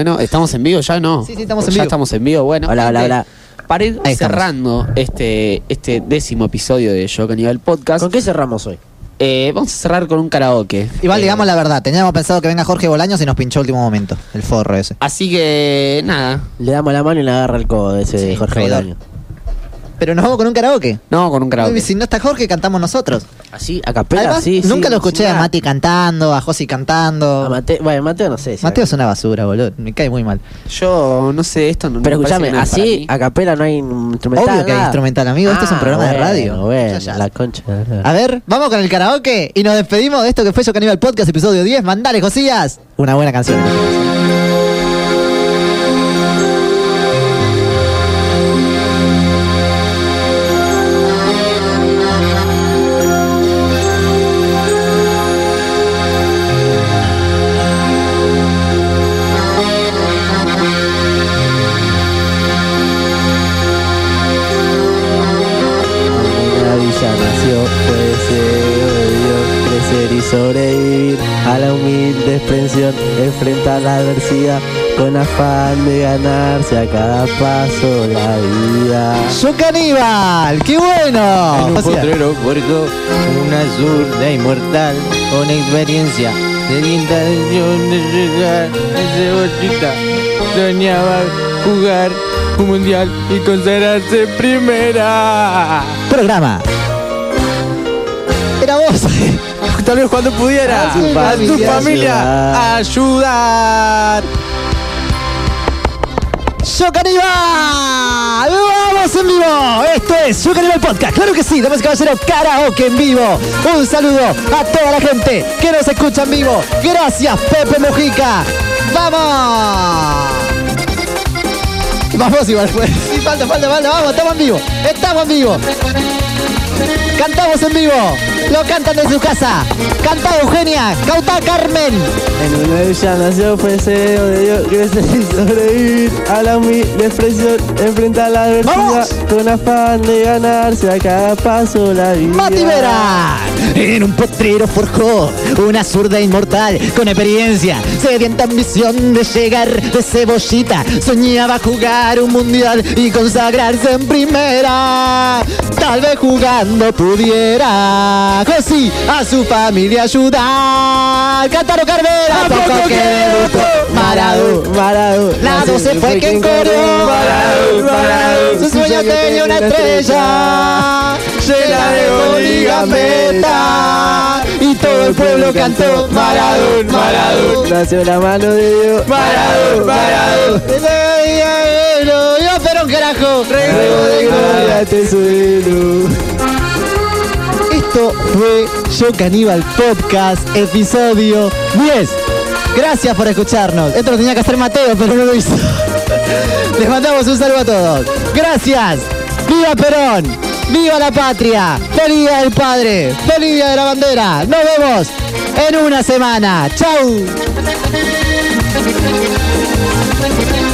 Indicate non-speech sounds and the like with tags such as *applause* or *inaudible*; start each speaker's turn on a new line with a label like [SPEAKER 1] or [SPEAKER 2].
[SPEAKER 1] Bueno, estamos en vivo ya, ¿no?
[SPEAKER 2] Sí, sí, estamos en
[SPEAKER 1] Ya
[SPEAKER 2] vivo.
[SPEAKER 1] estamos en vivo, bueno.
[SPEAKER 2] Hola, hola,
[SPEAKER 1] gente,
[SPEAKER 2] hola.
[SPEAKER 1] Para ir
[SPEAKER 2] Ahí estamos.
[SPEAKER 1] cerrando este, este décimo episodio de Yo Nivel Podcast,
[SPEAKER 3] ¿Con qué cerramos hoy?
[SPEAKER 1] eh, vamos a cerrar con un karaoke.
[SPEAKER 2] Igual
[SPEAKER 1] Eh,
[SPEAKER 2] digamos la verdad, teníamos pensado que venga Jorge Bolaños y nos pinchó último momento, el forro ese.
[SPEAKER 1] Así que, nada,
[SPEAKER 3] Le damos la mano y le agarra el codo ese
[SPEAKER 2] Sí,
[SPEAKER 3] de Jorge
[SPEAKER 2] traidor.
[SPEAKER 3] Bolaño.
[SPEAKER 2] Pero nos vamos con un karaoke.
[SPEAKER 1] no con un
[SPEAKER 2] Y
[SPEAKER 1] karaoke.
[SPEAKER 2] Si no está Jorge, cantamos nosotros.
[SPEAKER 3] Así, a capela,
[SPEAKER 2] Además,
[SPEAKER 3] sí, sí,
[SPEAKER 2] nunca lo escuché
[SPEAKER 3] sí,
[SPEAKER 2] a Mati cantando, a Josi cantando.
[SPEAKER 3] a Mate- bueno, Mateo no sé. si-
[SPEAKER 2] Mateo es una basura, boludo. Me cae muy mal.
[SPEAKER 1] Yo no sé esto, no
[SPEAKER 3] Pero
[SPEAKER 1] me parece
[SPEAKER 3] escúchame,
[SPEAKER 1] que no es
[SPEAKER 3] así,
[SPEAKER 1] para
[SPEAKER 3] a capela no hay instrumental.
[SPEAKER 2] Obvio que hay
[SPEAKER 3] nada.
[SPEAKER 2] instrumental, amigo. Esto es un
[SPEAKER 3] Ah,
[SPEAKER 2] programa de
[SPEAKER 3] bueno,
[SPEAKER 2] radio.
[SPEAKER 3] Bueno,
[SPEAKER 2] Ya, ya.
[SPEAKER 3] la concha.
[SPEAKER 2] A ver, vamos con el karaoke y nos despedimos de esto que fue Yo Caníbal Podcast, episodio 10. Mandale, Josías. Una buena canción.
[SPEAKER 3] La villa nació, fue deseo de Dios crecer y sobrevivir a la humilde expresión, enfrentar la adversidad con afán de ganarse a cada paso la vida.
[SPEAKER 2] Yo Caníbal, qué bueno. Josías.
[SPEAKER 3] puerco, una zurda inmortal, con experiencia de intención de llegar ese bolsita. Soñaba jugar un mundial y consagrarse primera.
[SPEAKER 2] programa. Era *laughs* vos. Ah,
[SPEAKER 3] Tal vez cuando pudiera,
[SPEAKER 2] A tu
[SPEAKER 3] a tu
[SPEAKER 2] familia
[SPEAKER 3] familia
[SPEAKER 2] Ah,
[SPEAKER 3] ayudar.
[SPEAKER 2] ¡Yo Caníbal! ¡Vamos en vivo! Esto es Yo Caníbal Podcast. Claro que sí, damas y caballeros, karaoke en vivo. Un saludo a toda la gente que nos escucha en vivo. Gracias, Pepe Mojica. ¡Vamos! Vamos igual, pues. Sí, falta, falta, falta. Vamos, estamos en vivo. Estamos en vivo. Cantamos en vivo. Lo cantan desde su casa. Canta Eugenia. Cauta Carmen.
[SPEAKER 3] En una villa nació fue deseo de Dios crecer y sobrevivir a la humilde expresión, enfrentar la adversidad
[SPEAKER 2] ¡Vamos!
[SPEAKER 3] con afán de ganarse a cada paso la vida.
[SPEAKER 2] Mati Vera. En un potrero forjó una zurda inmortal con experiencia, sedienta ambición de llegar de cebollita. Soñaba jugar un mundial y consagrarse en primera. Tal vez jugando pudiera, José a su familia ayudar. Cántalo Carvera,
[SPEAKER 3] ¡A poco que debutó!
[SPEAKER 2] Maradú.
[SPEAKER 3] Maradú, Maradú.
[SPEAKER 2] La
[SPEAKER 3] Maradú
[SPEAKER 2] doce fue quien corrió.
[SPEAKER 3] Maradú, Maradú.
[SPEAKER 2] Su sueño tenía una estrella llena de gol y gambeta. Y todo el pueblo cantó Maradón, Maradón.
[SPEAKER 3] Nació la mano de Dios. Maradú, Maradú.
[SPEAKER 2] Yo pero un carajo.
[SPEAKER 3] Luego de gloria te suelo.
[SPEAKER 2] Esto fue Yo Caníbal Podcast, episodio 10. Gracias por escucharnos. Esto lo tenía que hacer Mateo, pero no lo hizo. *laughs* Les mandamos un saludo a todos. Gracias. ¡Viva Perón! ¡Viva la patria! ¡Feliz Día del Padre! ¡Feliz Día de la Bandera! ¡Nos vemos en una semana! ¡Chau!
[SPEAKER 4] Thank you.